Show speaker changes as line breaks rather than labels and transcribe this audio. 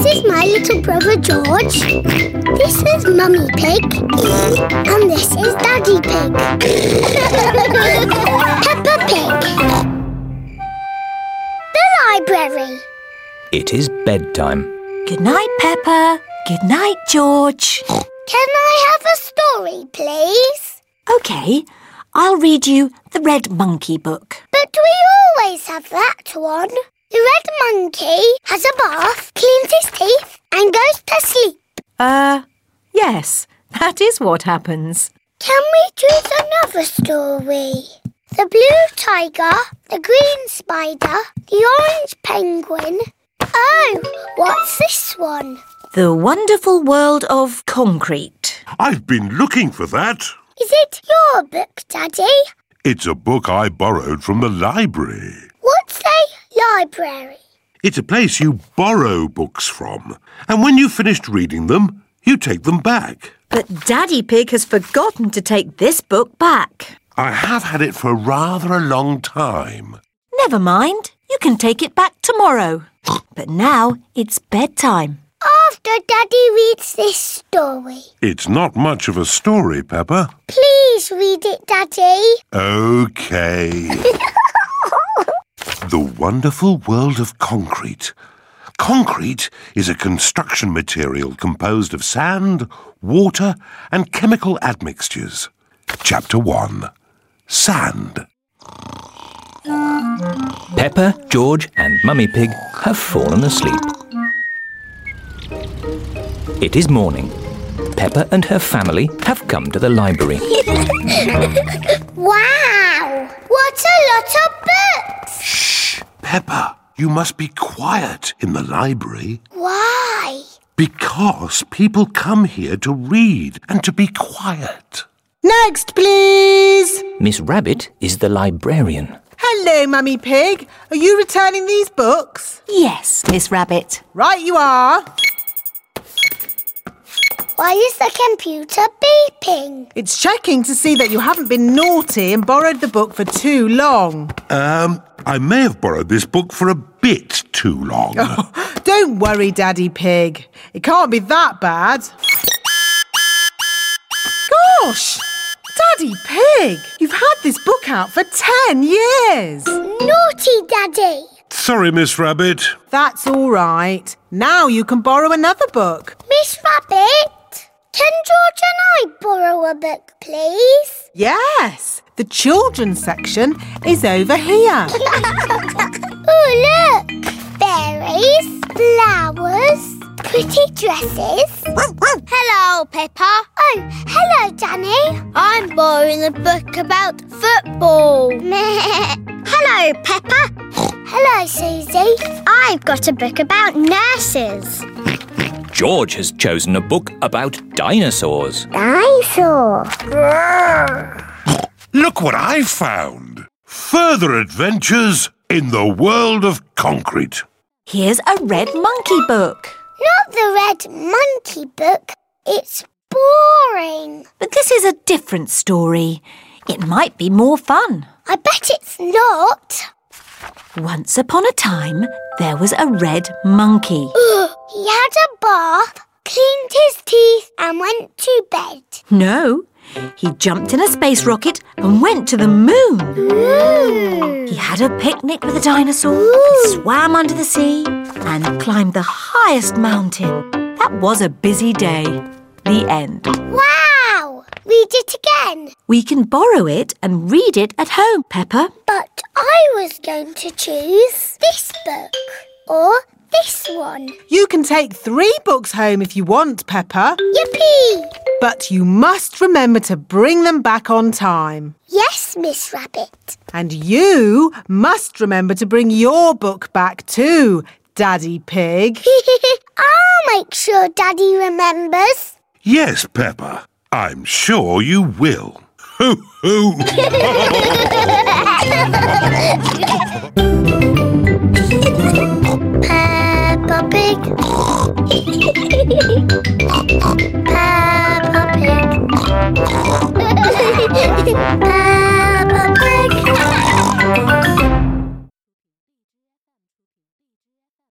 little brother George. This is Mummy Pig. And this is Daddy Pig. Peppa Pig. The library.
It is bedtime.
Good night, Pepper. Good night, George.
Can I have a story, please?
OK, I'll read you the Red Monkey book.
But we always have that one. The red monkey has a bath, cleans his teeth, and goes to sleep.
Uh, yes, that is what happens.
Can we choose another story? The blue tiger, the green spider, the orange penguin. Oh, what's this one?
The Wonderful World of Concrete.
I've been looking for that.
Is it your book, Daddy?
It's a book I borrowed from the library.
What's a library?
It's a place you borrow books from, and when you've finished reading them, you take them back.
But Daddy Pig has forgotten to take this book back.
I have had it for rather a long time.
Never mind, you can take it back tomorrow. But now it's bedtime.
After Daddy reads this story.
It's not much of a story, Pepper.
Please read it, Daddy.
Okay. the wonderful world of concrete. Concrete is a construction material composed of sand, water, and chemical admixtures. Chapter 1 Sand.
Pepper, George, and Mummy Pig have fallen asleep. It is morning. Pepper and her family have come to the library.
Wow! What a lot of books!
Pepper, you must be quiet in the library
Why?
because people come here to read and to be quiet.
Next, please.
Miss Rabbit is the librarian.
Hello, Mummy Pig. Are you returning these books?
Yes, Miss Rabbit.
Right, you are.
Why is the computer beeping?
It's checking to see that you haven't been naughty and borrowed the book for too long.
Um, I may have borrowed this book for a bit too long.
Don't worry, Daddy Pig. It can't be that bad. Gosh! Daddy Pig, you've had this book out for 10 years.
Naughty Daddy!
Sorry, Miss Rabbit.
That's all right. Now you can borrow another book.
Miss Rabbit! Can George and I borrow a book, please?
Yes, the children's section is over here.
oh, look! Berries, flowers, pretty dresses. hello, Peppa. Oh, hello, Danny. I'm borrowing a book about football. hello, Peppa. hello, Susie. I've got a book about nurses.
George has chosen a book about dinosaurs.
Dinosaur.
Look what I found. Further adventures in the world of concrete.
Here's a Red Monkey book.
Not the red monkey book. It's boring.
But this is a different story. It might be more fun.
I bet it's not.
Once upon a time, there was a red monkey.
he had a bath, cleaned his teeth, and went to bed.
No, he jumped in a space rocket and went to the moon. He had a picnic with a dinosaur, and swam under the sea, and climbed the highest mountain. That was a busy day. The end.
Wow! Read it again.
We can borrow it and read it at home, Pepper.
But I was going to choose this book or this one.
You can take three books home if you want, Pepper,
Yippee!
but you must remember to bring them back on time.
Yes, Miss Rabbit.
And you must remember to bring your book back too, Daddy Pig.
I'll make sure Daddy remembers.
Yes, Pepper, I'm sure you will. Hoo hoo!